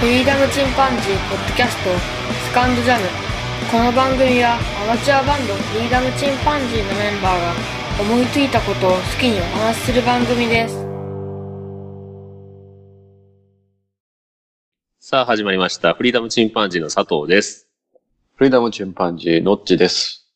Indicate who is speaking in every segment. Speaker 1: フリーダムチンパンジーポッドキャストスカンドジャムこの番組はアマチュアバンドフリーダムチンパンジーのメンバーが思いついたことを好きにお話しする番組です
Speaker 2: さあ始まりました。フリーダムチンパンジーの佐藤です。
Speaker 3: フリーダムチンパンジー、ノッチです。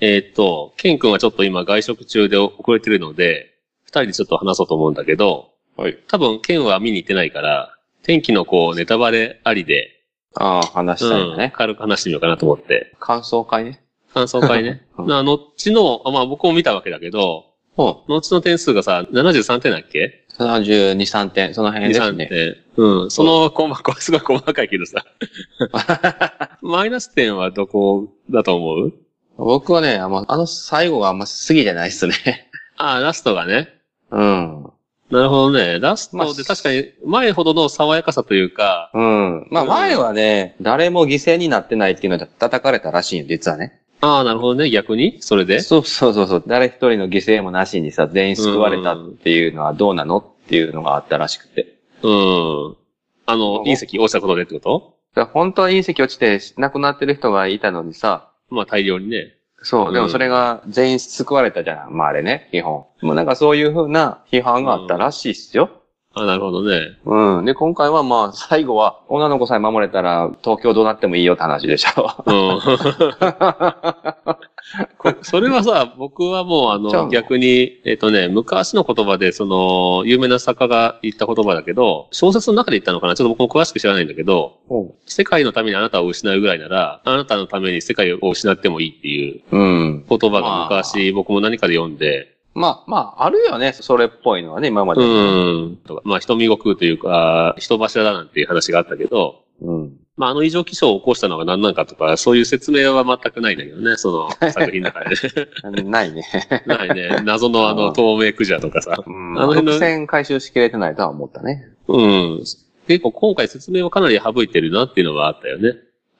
Speaker 2: えーっと、ケン君はちょっと今外食中で遅れてるので、二人でちょっと話そうと思うんだけど、
Speaker 3: はい。
Speaker 2: 多分ケンは見に行ってないから、天気のこうネタバレありで、
Speaker 3: ああ、話したいんだ
Speaker 2: うん
Speaker 3: ね。
Speaker 2: 軽く話してみようかなと思って。
Speaker 3: 感想会ね。。
Speaker 2: 感想会ね
Speaker 3: うん
Speaker 2: なあのっちの、あまあ僕も見たわけだけど、
Speaker 3: うん。
Speaker 2: のっちの点数がさ、73点だっけ
Speaker 3: 72、3点、その辺です
Speaker 2: ?23 点、
Speaker 3: ね。
Speaker 2: うん。その細 か、すごい細かいけど さ。マイナス点はどこだと思う
Speaker 3: 僕はね、あの、あの最後があんま好きじゃないっすね。
Speaker 2: ああ、ラストがね。
Speaker 3: うん。
Speaker 2: なるほどね。ラス
Speaker 3: ま
Speaker 2: ト
Speaker 3: あ
Speaker 2: で確かに前ほどの爽やかさというか、
Speaker 3: うん。まあ前はね、誰も犠牲になってないっていうので叩かれたらしいよ、実はね。
Speaker 2: ああ、なるほどね。逆にそれで
Speaker 3: そうそうそうそう。誰一人の犠牲もなしにさ、全員救われたっていうのはどうなのっていうのがあったらしくて。
Speaker 2: うん。あの、
Speaker 3: うん
Speaker 2: 隕石落ちたことでってこと
Speaker 3: だから本当は隕石落ちて亡くなってる人がいたのにさ、
Speaker 2: まあ大量にね。
Speaker 3: そうう、
Speaker 2: ん
Speaker 3: でもそれが全員救われたじゃん。まああれね、基本。もうなんかそういう風な批判があったらしいっすよ。
Speaker 2: ああ、なるほどね。
Speaker 3: うん。で、今回はまあ最後は女の子さえ守れたら東京どうなってもいいよって話でしたわ。
Speaker 2: うん。 こそれはさ、僕はもうあ
Speaker 3: ちゃう
Speaker 2: の、
Speaker 3: の
Speaker 2: 逆に、えっ、とね、昔の言葉で、その、有名な作家が言った言葉だけど、小説の中で言ったのかなちょっと僕も詳しく知らないんだけど、世界のためにあなたを失うぐらいなら、あなたのために世界を失ってもいいっていう
Speaker 3: うん。
Speaker 2: 言葉が昔、僕も何かで読んで、
Speaker 3: まあまあ、あるよね。それっぽいのはね、今まで。
Speaker 2: うん。とか、まあ、人見ごくというか、人柱だなんていう話があったけど、
Speaker 3: うん。
Speaker 2: まあ、あの異常気象を起こしたのが何なのかとか、そういう説明は全くないんだけどね、その作品の中で。
Speaker 3: ないね。
Speaker 2: ないね。謎のあ
Speaker 3: う
Speaker 2: の
Speaker 3: ん
Speaker 2: 透明クジラとかさ。
Speaker 3: うん。
Speaker 2: あの辺の
Speaker 3: 伏線回収しきれてないとは思ったね。
Speaker 2: うん。結構今回説明をかなり省いてるなっていうのはあったよね。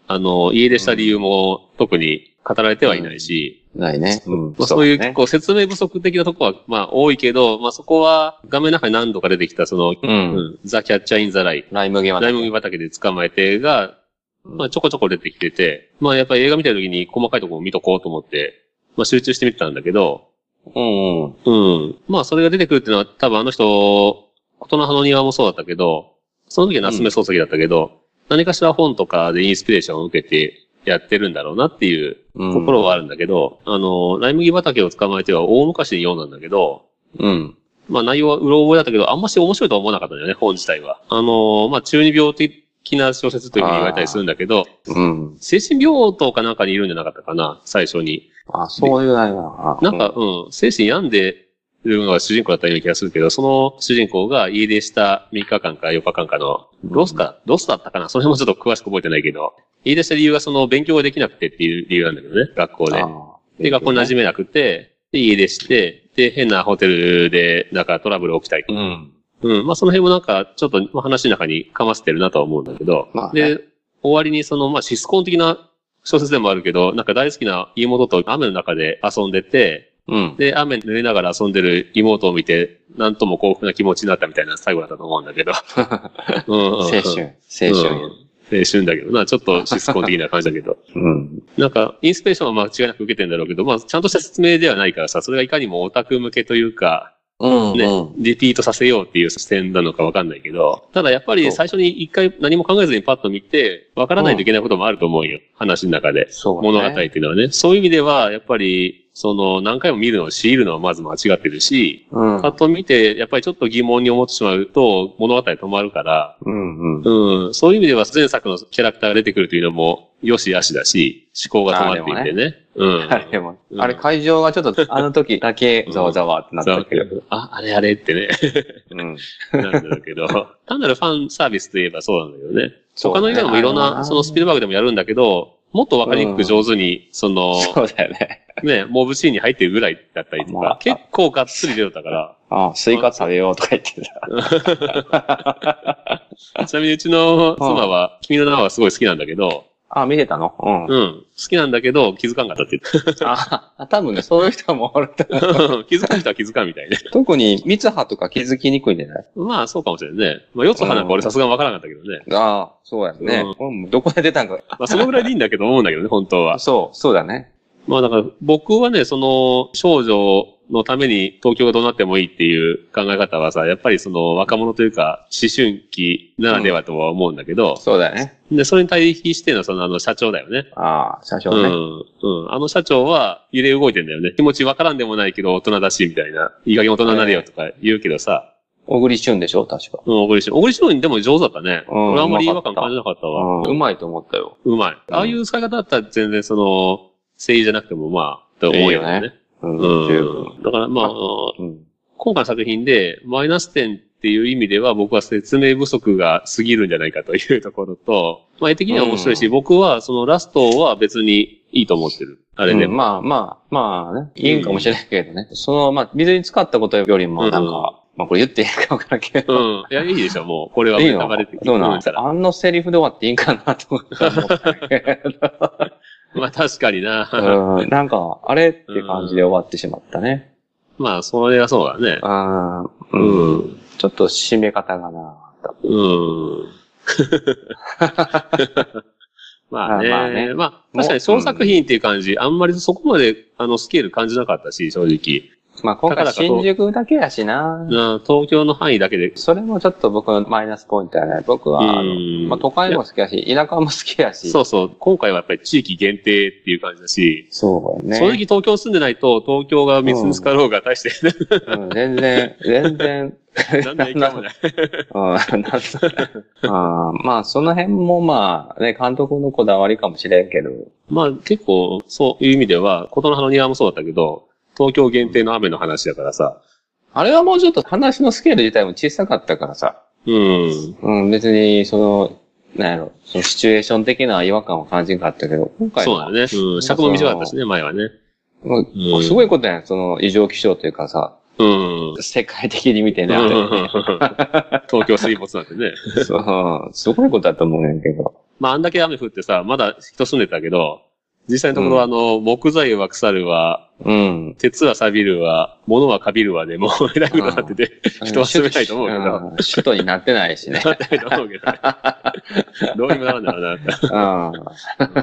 Speaker 2: あの、家出した理由も特に語られてはいないし、
Speaker 3: ないね。うん。
Speaker 2: まあ、そういう、
Speaker 3: だね
Speaker 2: こう説明不足的なとこは、まあ多いけど、まあそこは画面の中に何度か出てきた、その、
Speaker 3: う。
Speaker 2: うんん、ザ・キャッチャー・イン・ザ・ライ
Speaker 3: ライム際
Speaker 2: ライム畑で捕まえてが、まあちょこちょこ出てきてて、まあやっぱり映画見てる時に細かいところを見とこうと思って、まあ集中して見てたんだけど、
Speaker 3: うんうん。
Speaker 2: うん。まあそれが出てくるっていうのは多分あの人、琴の葉の庭もそうだったけど、その時は夏目漱石だったけど、何かしら本とかでインスピレーションを受けてやってるんだろうなっていう
Speaker 3: うん
Speaker 2: 心はあるんだけど、あの、ライ麦畑を捕まえては大昔に読んだんだけど、
Speaker 3: うん。
Speaker 2: まあ内容はうろ覚えだったけど、あんまし面白いとは思わなかったんだよね、本自体は。あのーまあ中二病的な小説というふうに言われたりするんだけど、
Speaker 3: うん。
Speaker 2: 精神病棟かなんかにいるんじゃなかったかな、最初に。
Speaker 3: あ、そういうないな。
Speaker 2: なんか、うん、精神病んでるのが主人公だったような気がするけど、その主人公が家出した3日間か4日間かの、ロスか、ロスだったかなそれもちょっと詳しく覚えてないけど、家出した理由がその勉強ができなくてっていう理由なんだけどね、学校で。
Speaker 3: あー
Speaker 2: で、学校に馴染めなくて、で、家出して、で、変なホテルで、なんかトラブル起きたりとか
Speaker 3: うん。
Speaker 2: うん。まあ、その辺もなんか、ちょっとまあ話の中にかませてるなとは思うんだけど。
Speaker 3: まあね
Speaker 2: で、終わりにその、まあ、シスコン的な小説でもあるけど、なんか大好きな妹と雨の中で遊んでて、
Speaker 3: うん。
Speaker 2: で、雨濡れながら遊んでる妹を見て、なんとも幸福な気持ちになったみたいな最後だったと思うんだけ ど。うんうんうん
Speaker 3: 青春。青
Speaker 2: う
Speaker 3: 春。
Speaker 2: ん青春だけどな、ちょっとシスコン的な感じだけど。
Speaker 3: うん。
Speaker 2: なんか、インスピレーションは間違いなく受けてんだろうけど、まあ、ちゃんとした説明ではないからさ、それがいかにもオタク向けというか、
Speaker 3: うん。
Speaker 2: ね、
Speaker 3: うん
Speaker 2: リピートさせようっていう視点なのかわかんないけど、ただやっぱり最初に一回何も考えずにパッと見て、わからないといけないこともあると思うよ。話の中で。
Speaker 3: そうね
Speaker 2: 物語っていうのはね。そういう意味では、やっぱり、その、何回も見るのを強いるのはまず間違ってるし、
Speaker 3: うん
Speaker 2: パッと見て、やっぱりちょっと疑問に思ってしまうと、物語止まるから、
Speaker 3: うんうん。
Speaker 2: うん、そういう意味では前作のキャラクターが出てくるというのも、よし悪しだし、思考が止まっていてね。うん。
Speaker 3: あれも
Speaker 2: う、ん
Speaker 3: あれ会場がちょっと、あの時だけ、ざわざわってなったけど。
Speaker 2: あ、あれあれってね。
Speaker 3: うん。
Speaker 2: なんだろうけ ど、単なるファンサービスといえばそうなんだけどね。
Speaker 3: そう
Speaker 2: 他
Speaker 3: だね
Speaker 2: の映画でもいろん
Speaker 3: あれは
Speaker 2: な、
Speaker 3: な
Speaker 2: そのスピルバーグでもやるんだけど、もっとわかりにくく上手に、その、
Speaker 3: そうだよね。
Speaker 2: ね、モブシーンに入ってるぐらいだったりと
Speaker 3: ま
Speaker 2: か
Speaker 3: あ、
Speaker 2: 結構がっつり出てたか
Speaker 3: ああ、スイカ食べようとか言っ てた。
Speaker 2: ら、ちなみにうちの妻は、君の名はすごい好きなんだけど、
Speaker 3: あ、見てたのう
Speaker 2: う
Speaker 3: ん。
Speaker 2: ん。好きなんだけど、気づかんかったって言っ
Speaker 3: ああ、多分ね、そういう人もおる と。
Speaker 2: た。気づかん人は気づかんみたいね。
Speaker 3: 特に、三葉とか気づきにくいんじゃない
Speaker 2: まあ、そうかもしれんね。まあ、四つ葉なんか俺さすがにわからなかったけどね。
Speaker 3: ああ、そうやね。
Speaker 2: うん
Speaker 3: これもどこで出たんか。
Speaker 2: まあ、そのぐらいでいいんだけど、思うんだけどね、本当は。
Speaker 3: そう、そうだね。
Speaker 2: まあ、だから、僕はね、その、少女のために東京がどうなってもいいっていう考え方はさ、やっぱりその、若者というか、思春期ならではとは思うんだけど、
Speaker 3: そうだよね。
Speaker 2: で、それに対比してのその、あの、社長だよね。
Speaker 3: ああ、社長
Speaker 2: うん。
Speaker 3: ね。
Speaker 2: うん。あの社長は揺れ動いてんだよね。気持ちわからんでもないけど大人だし、みたいな。いい加減大人になれよとか言うけどさ。
Speaker 3: 小栗旬でしょ確か。
Speaker 2: うん、小栗旬。小栗旬でも上手だったね。
Speaker 3: うん
Speaker 2: 俺あんまり違和感感じなかったわ。
Speaker 3: うまいと思ったよ。
Speaker 2: うまい。ああいう使い方だったら全然その、誠意じゃなくてもまあ、と思うよ
Speaker 3: い
Speaker 2: ね。
Speaker 3: いようん、十
Speaker 2: う
Speaker 3: 分。
Speaker 2: ん。だからまあ、
Speaker 3: うん。
Speaker 2: 今回の作品でマイナス点っていう意味では僕は説明不足が過ぎるんじゃないかというところと、まあ絵的には面白いし、
Speaker 3: うん
Speaker 2: 僕はそのラストは別にいいと思ってる。あ
Speaker 3: あ
Speaker 2: れでも。
Speaker 3: まあまあ、まあね。いいんかもしれないけどね。その、まあ、水に使ったことよりも、なん
Speaker 2: うん
Speaker 3: か、まあこれ言っていいかわからんけど。
Speaker 2: うん。いや、いいでしょ、もう。これはも
Speaker 3: いうい
Speaker 2: 流
Speaker 3: の
Speaker 2: れてきて
Speaker 3: どうな
Speaker 2: たら。
Speaker 3: のあのセリフで終わっていいんかなとか思ったんやけ
Speaker 2: まあ、確かにな。
Speaker 3: どうんなんか、あれって感じで終わってしまったね。
Speaker 2: まあ、それはそうだね。
Speaker 3: うん。
Speaker 2: う
Speaker 3: うん
Speaker 2: ん。
Speaker 3: ちょっと締め方がな。
Speaker 2: うん。まあね。
Speaker 3: ま
Speaker 2: ま
Speaker 3: あまあ
Speaker 2: あ
Speaker 3: ね
Speaker 2: 確かに小作品っていう感じ、あんまりそこまで、あの、スケール感じなかったし、正直。
Speaker 3: まあ今回新宿だけやしな。
Speaker 2: うん、東京の範囲だけで。
Speaker 3: それもちょっと僕のマイナスポイントやね。僕は、あの
Speaker 2: うん
Speaker 3: まあ、都会も好きやし、田舎も好きやし。。
Speaker 2: そううそう。今回はやっぱり地域限定っていう感じだし、
Speaker 3: そうね。
Speaker 2: 正直東京住んでないと、東京が水に浸かろうが大して、
Speaker 3: うん、全然、全然、
Speaker 2: 何の影響もない。
Speaker 3: うん、なん あーまあ、その辺もまあ、ね、監督のこだわりかもしれんけど、
Speaker 2: まあ結構そういう意味では、琴の葉の庭もそうだったけど、東京限定の雨の話だからさ。
Speaker 3: あれはもうちょっと話のスケール自体も小さかったからさ、
Speaker 2: うん。
Speaker 3: うん、別に、その、なんやろ、そのシチュエーション的な違和感は感じなかったけど、今回
Speaker 2: そう
Speaker 3: は
Speaker 2: だね。うん。尺も短かったしね、前はね。
Speaker 3: もう
Speaker 2: うん
Speaker 3: すごいことやん、その異常気象というかさ、
Speaker 2: うん。
Speaker 3: 世界的に見てね、あれね
Speaker 2: 東京水没なんてね。
Speaker 3: そう、すごいことだと思うねんけど。
Speaker 2: まああんだけ雨降ってさ、まだ人住んでたけど、実際のところ、あの、木材は腐るわ、
Speaker 3: うん。
Speaker 2: 鉄は錆びるわ、物はかびるわで、もうえらいことになってて、 人は住めないと思うけど
Speaker 3: ん。首都になってないし ね。
Speaker 2: なってないと思うけどね。どうにもならんだろうなって。
Speaker 3: うん。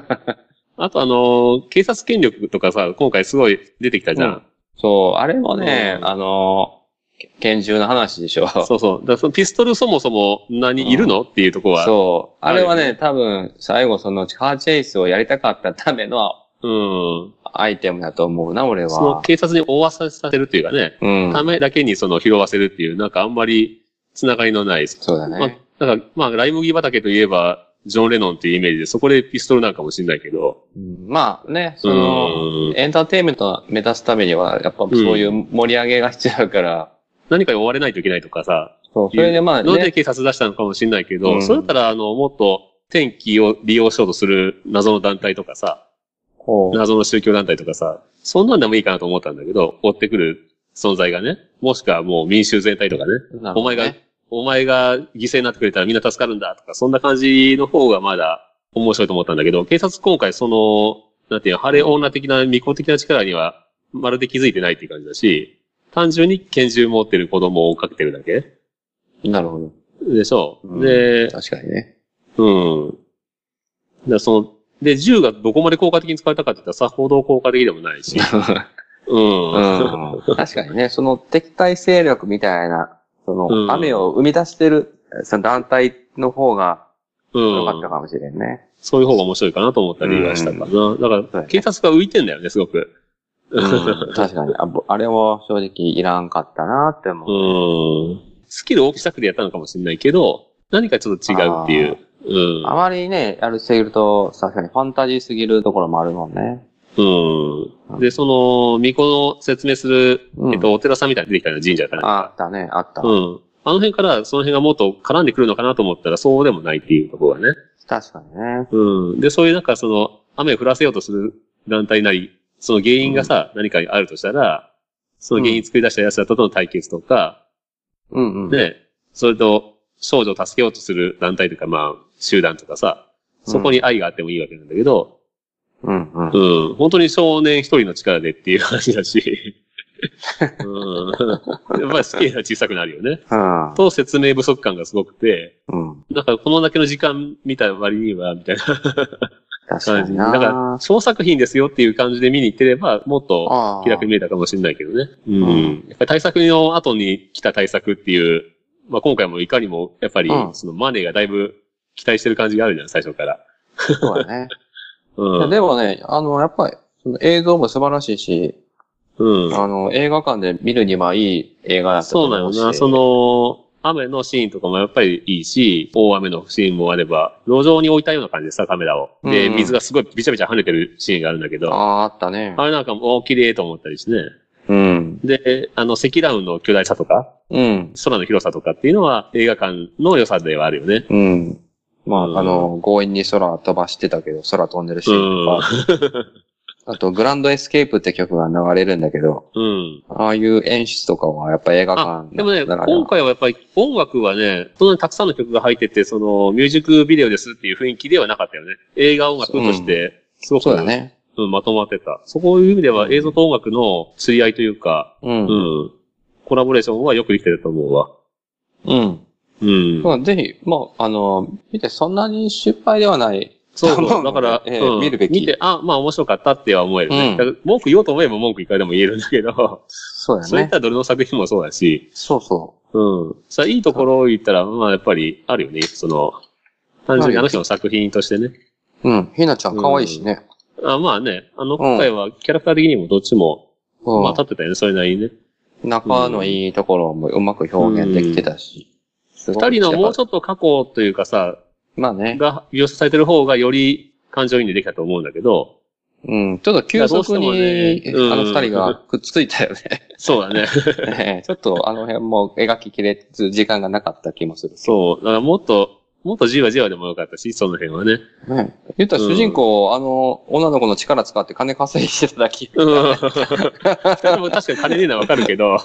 Speaker 2: あとあの、警察権力とかさ、今回すごい出てきたじゃん。
Speaker 3: そう、あれもね、
Speaker 2: うん
Speaker 3: あの、拳銃の話 でしょ。
Speaker 2: そうそう。だからそのピストルそもそも何いるの、っていうとこは。
Speaker 3: そう。あれは
Speaker 2: ある
Speaker 3: ね、多分、最後そのカーチェイスをやりたかったための
Speaker 2: う。うん。
Speaker 3: アイテムだと思うな、俺
Speaker 2: その
Speaker 3: は。
Speaker 2: 警察に追わさせるっていうかね、
Speaker 3: うん
Speaker 2: た。めだけにその拾わせるっていう、なんかあんまりつながりのない。
Speaker 3: そうだ
Speaker 2: まあ
Speaker 3: ね。、
Speaker 2: なんか、まあ、ライ麦畑といえば、ジョン・レノンっていうイメージで、そこでピストルなんかもしんないけど。
Speaker 3: うんまあね、その、
Speaker 2: うん。
Speaker 3: エンターテインメントを目指すためには、やっぱそういう盛り上げが必要だから、
Speaker 2: 何かに追われないといけないとかさ。
Speaker 3: そう、それでまあ
Speaker 2: ので
Speaker 3: ね、
Speaker 2: 警察出したのかもしんないけど、
Speaker 3: うん
Speaker 2: それだったら、あの、もっと、天気を利用しようとする謎の団体とかさ。
Speaker 3: こう、
Speaker 2: 謎の宗教団体とかさ、そんなんでもいいかなと思ったんだけど、追ってくる存在がね、もしくはもう民衆全体とかね、
Speaker 3: なる
Speaker 2: お
Speaker 3: ほ
Speaker 2: 前
Speaker 3: ど
Speaker 2: が
Speaker 3: ね、
Speaker 2: お前が犠牲になってくれたらみんな助かるんだとか、そんな感じの方がまだ面白いと思ったんだけど、警察今回その、なんていうの、晴れ女的な、巫女的な力には、まるで気づいてないっていう感じだし、単純に拳銃持ってる子供を追っかけてるだけ
Speaker 3: なるほど。
Speaker 2: でしょ、
Speaker 3: うん
Speaker 2: で、
Speaker 3: 確か にね。
Speaker 2: うん。だからその、で、銃がどこまで効果的に使えたかって言ったらさほど効果的でもないし。うん。
Speaker 3: うん確かにね、その敵対勢力みたいな、その、
Speaker 2: うん
Speaker 3: 雨を生み出してる、その団体の方が良かった
Speaker 2: うん。
Speaker 3: かもしれんね。
Speaker 2: そういう方が面白いかなと思ったりはしたかな。だ
Speaker 3: そう
Speaker 2: か
Speaker 3: や
Speaker 2: ら、
Speaker 3: ね
Speaker 2: 警察が浮いてんだよね、すごく。
Speaker 3: うん確かにあ。ぼあれは正直いらんかったなって思う。
Speaker 2: うん。スキルを大きさくでやったのかもしれないけど、何かちょっと違うっていう。うん
Speaker 3: あまりね、やるすぎると、確かにファンタジーすぎるところもあるもんね。
Speaker 2: うん。で、その、巫女の説明する、
Speaker 3: うん
Speaker 2: えっと、お寺さんみたいに出てきたような神社だから。
Speaker 3: あったね、あった。
Speaker 2: うん。あの辺から、その辺がもっと絡んでくるのかなと思ったら、そうでもないっていうところがね。
Speaker 3: 確かにね。
Speaker 2: うん。で、そういうなんかその、雨を降らせようとする団体なり、その原因がさ、何かあるとしたら、その原因作り出した奴らとの対決とか、
Speaker 3: うんうん。
Speaker 2: ね、それと、少女を助けようとする団体とか、まあ、集団とかさ、そこに愛があってもいいわけなんだけど、
Speaker 3: うん、うん。
Speaker 2: うん、本当に少年一人の力でっていう話だ し、うん、やっぱりスケールが小さくなるよね。
Speaker 3: うん
Speaker 2: と説明不足感がすごくて、
Speaker 3: うん。
Speaker 2: なんかこのだけの時間見た割には、みたいな
Speaker 3: 確か
Speaker 2: 感じ
Speaker 3: に
Speaker 2: に。
Speaker 3: な。
Speaker 2: だから、小作品ですよっていう感じで見に行ってれば、もっと
Speaker 3: ああ
Speaker 2: 気楽に見えたかもしれないけどね。うんん。やっぱり対策の後に来た対策っていう、まあ今回もいかにも、やっぱり
Speaker 3: う、ん
Speaker 2: そのマネーがだいぶ期待してる感じがあるじゃん、最初から。
Speaker 3: そうだね。
Speaker 2: うん。
Speaker 3: でもね、あの、やっぱり、その映像も素晴らしいし、
Speaker 2: うん。
Speaker 3: あの、映画館で見るにはいい映画だったと
Speaker 2: そう
Speaker 3: 思
Speaker 2: なの
Speaker 3: うし。
Speaker 2: な。その、雨のシーンとかもやっぱりいいし、大雨のシーンもあれば、路上に置いたような感じでさ、カメラを。で、
Speaker 3: うん
Speaker 2: 水がすごいびちゃびちゃ跳ねてるシーンがあるんだけど、あ
Speaker 3: ああー、あったね。
Speaker 2: れなんかも、おー綺麗と思ったりしてね。
Speaker 3: うん。
Speaker 2: で、あの、積乱雲の巨大さとか、
Speaker 3: うん。
Speaker 2: 空の広さとかっていうのは映画館の良さではあるよね。
Speaker 3: うん。ま
Speaker 2: うん
Speaker 3: あ、あの、強引に空飛ばしてたけど、空飛んでるシ
Speaker 2: う
Speaker 3: ー
Speaker 2: ん
Speaker 3: ンと。か、 あと、グランドエスケープって曲が流れるんだけど、
Speaker 2: うん。
Speaker 3: ああいう演出とかはやっぱ映画
Speaker 2: あ、
Speaker 3: 館
Speaker 2: でもね、
Speaker 3: なら
Speaker 2: 今回はやっぱり音楽はね、そんなにたくさんの曲が入ってて、その、ミュージックビデオですっていう雰囲気ではなかったよね。映画音楽として、すごく、
Speaker 3: そうだね。
Speaker 2: うん、まとまってた。そういう意味では映像と音楽の釣り合いというか、
Speaker 3: う。
Speaker 2: うんん、コラボレーションはよくできてると思うわ。
Speaker 3: うん。
Speaker 2: うん。
Speaker 3: まあ、ぜひ、まあ、あの、見てそんなに失敗ではない。
Speaker 2: そう
Speaker 3: と思
Speaker 2: そう。
Speaker 3: うの
Speaker 2: だ
Speaker 3: で
Speaker 2: から、
Speaker 3: ええ
Speaker 2: うん
Speaker 3: 見るべき
Speaker 2: 見て、あ、まあ面白かったっては思えるね。
Speaker 3: うん
Speaker 2: だから文句言おうと思えば文句いくらでも言えるんだけど、
Speaker 3: そうだ
Speaker 2: そういっ
Speaker 3: ね。
Speaker 2: たどれの作品もそうだし、
Speaker 3: そうそ
Speaker 2: うん。さあ、いいところを言ったら、まあやっぱりあるよね。その、単純にあの人の作品としてね。
Speaker 3: う。うん。ひなちゃん可愛いしね。
Speaker 2: あまあね、あの、今回はキャラクター的にもどっちも、
Speaker 3: うん。
Speaker 2: まあ立ってたよね、それなりにね。
Speaker 3: 仲のいいところもうまく表現できてたし。すご
Speaker 2: 二
Speaker 3: い
Speaker 2: 人のもうちょっと過去というかさ、
Speaker 3: まあね。
Speaker 2: が描写されてる方がより感情移入できたと思うんだけど、
Speaker 3: うん。ちょっと急速に、
Speaker 2: いやどうしてもね
Speaker 3: あの
Speaker 2: うん
Speaker 3: 二人がくっついた よ
Speaker 2: そうだね。
Speaker 3: ね。ねちょっとあの辺も描ききれず時間がなかった気もする。
Speaker 2: そう。だからもっと、もっとじわじわでもよかったし、その辺はね。
Speaker 3: ね。言ったら主人公、あの、女の子の力使って金稼ぎしてただ け。
Speaker 2: うん。でも確かに金ねえのはわかるけ ど、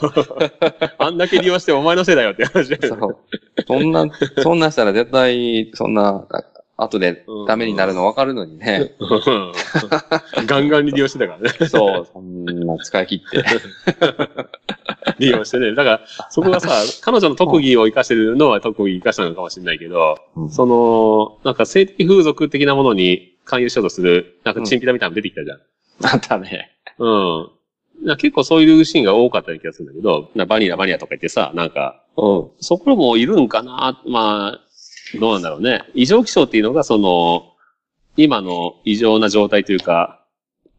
Speaker 2: あんだけ利用してお前のせいだよって話だ
Speaker 3: そ
Speaker 2: よね。
Speaker 3: う。そんな、そんなしたら絶対、そんな、後でダメになるのわかるのにね。
Speaker 2: うんガンガンに利用してたからね。
Speaker 3: そう、そんな使い切って。
Speaker 2: 利用してね。だから、そこがさ、彼女の特技を活かしてるのは特技活かしたのかもしれないけど、 その、なんか性的風俗的なものに勧誘しようとする、なんかチンピラみたいなの出てきたじゃん。
Speaker 3: あったね。
Speaker 2: うん。な結構そういうシーンが多かったような気がするんだけど、なバニラバニラとか言ってさ、なんか、
Speaker 3: うん。
Speaker 2: そこもいるんかなまあ、どうなんだろうね。異常気象っていうのが、その、今の異常な状態というか、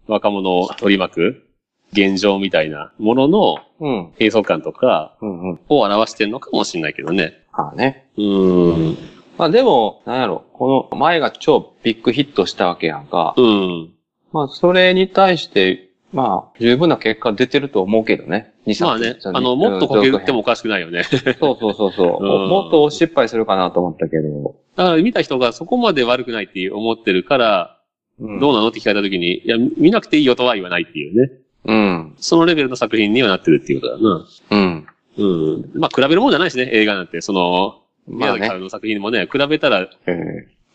Speaker 2: 若者を取り巻く現状みたいなものの
Speaker 3: うん。
Speaker 2: 閉塞感とか
Speaker 3: うんうん。
Speaker 2: を表してるのかもしれないけどね。
Speaker 3: ああね。
Speaker 2: うーん。
Speaker 3: まあでも、なんやろ、この前が超ビッグヒットしたわけやんか。
Speaker 2: うん。
Speaker 3: まあそれに対して、まあ十分な結果出てると思うけどね。2、3
Speaker 2: まあね、あの、もっとこけて。もおかしくない よね。
Speaker 3: そうそうそうそう。
Speaker 2: うん
Speaker 3: もっと失敗するかなと思ったけど。
Speaker 2: だから見た人がそこまで悪くないって思ってるから、
Speaker 3: うん
Speaker 2: どうなのって聞かれた時に、いや、見なくていいよとは言わないっていうね。
Speaker 3: うん。
Speaker 2: そのレベルの作品にはなってるっていうことだな。
Speaker 3: うん。
Speaker 2: うん。まあ、比べるもんじゃないしね、映画なんて。その、
Speaker 3: ま
Speaker 2: 宮
Speaker 3: あ
Speaker 2: 崎
Speaker 3: ね。
Speaker 2: 駿の作品もね、比べたら
Speaker 3: え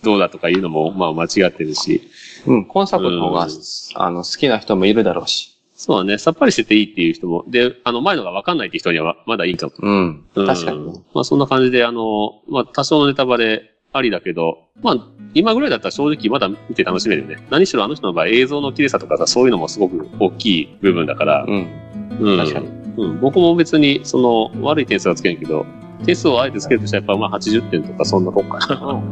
Speaker 2: どうだとかいうのも、まあ、間違ってるし。
Speaker 3: ーうん。今作の方
Speaker 2: う
Speaker 3: が
Speaker 2: ん、
Speaker 3: あの、好きな人もいるだろうし。
Speaker 2: そうだね、さっぱりしてていいっていう人も。で、あの、前のが分かんないって人にはまだいいかも。
Speaker 3: うん。
Speaker 2: うん
Speaker 3: 確かにね。。
Speaker 2: まあ、そんな感じで、あの、まあ、多少のネタバレありだけど、まあ、今ぐらいだったら正直まだ見て楽しめるよね。何しろあの人の場合映像の綺麗さとかさ、そういうのもすごく大きい部分だから、
Speaker 3: うん。
Speaker 2: うん
Speaker 3: 確かに。
Speaker 2: うん、僕も別に、その、悪い点数はつけないけど、点数をあえてつけるとしたら、やっぱまあ80点とかそんなとこかな。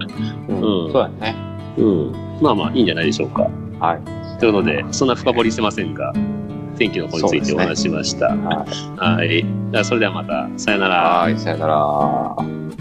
Speaker 3: うん
Speaker 2: うん
Speaker 3: そうだね。
Speaker 2: うん。まあまあ、いいんじゃないでしょうか。
Speaker 3: はい。
Speaker 2: というので、そんな深掘りしてませんが、天気の子についてお話ししました。
Speaker 3: はい。
Speaker 2: はい。じゃあそれではまた、さよなら。
Speaker 3: はい、さよなら。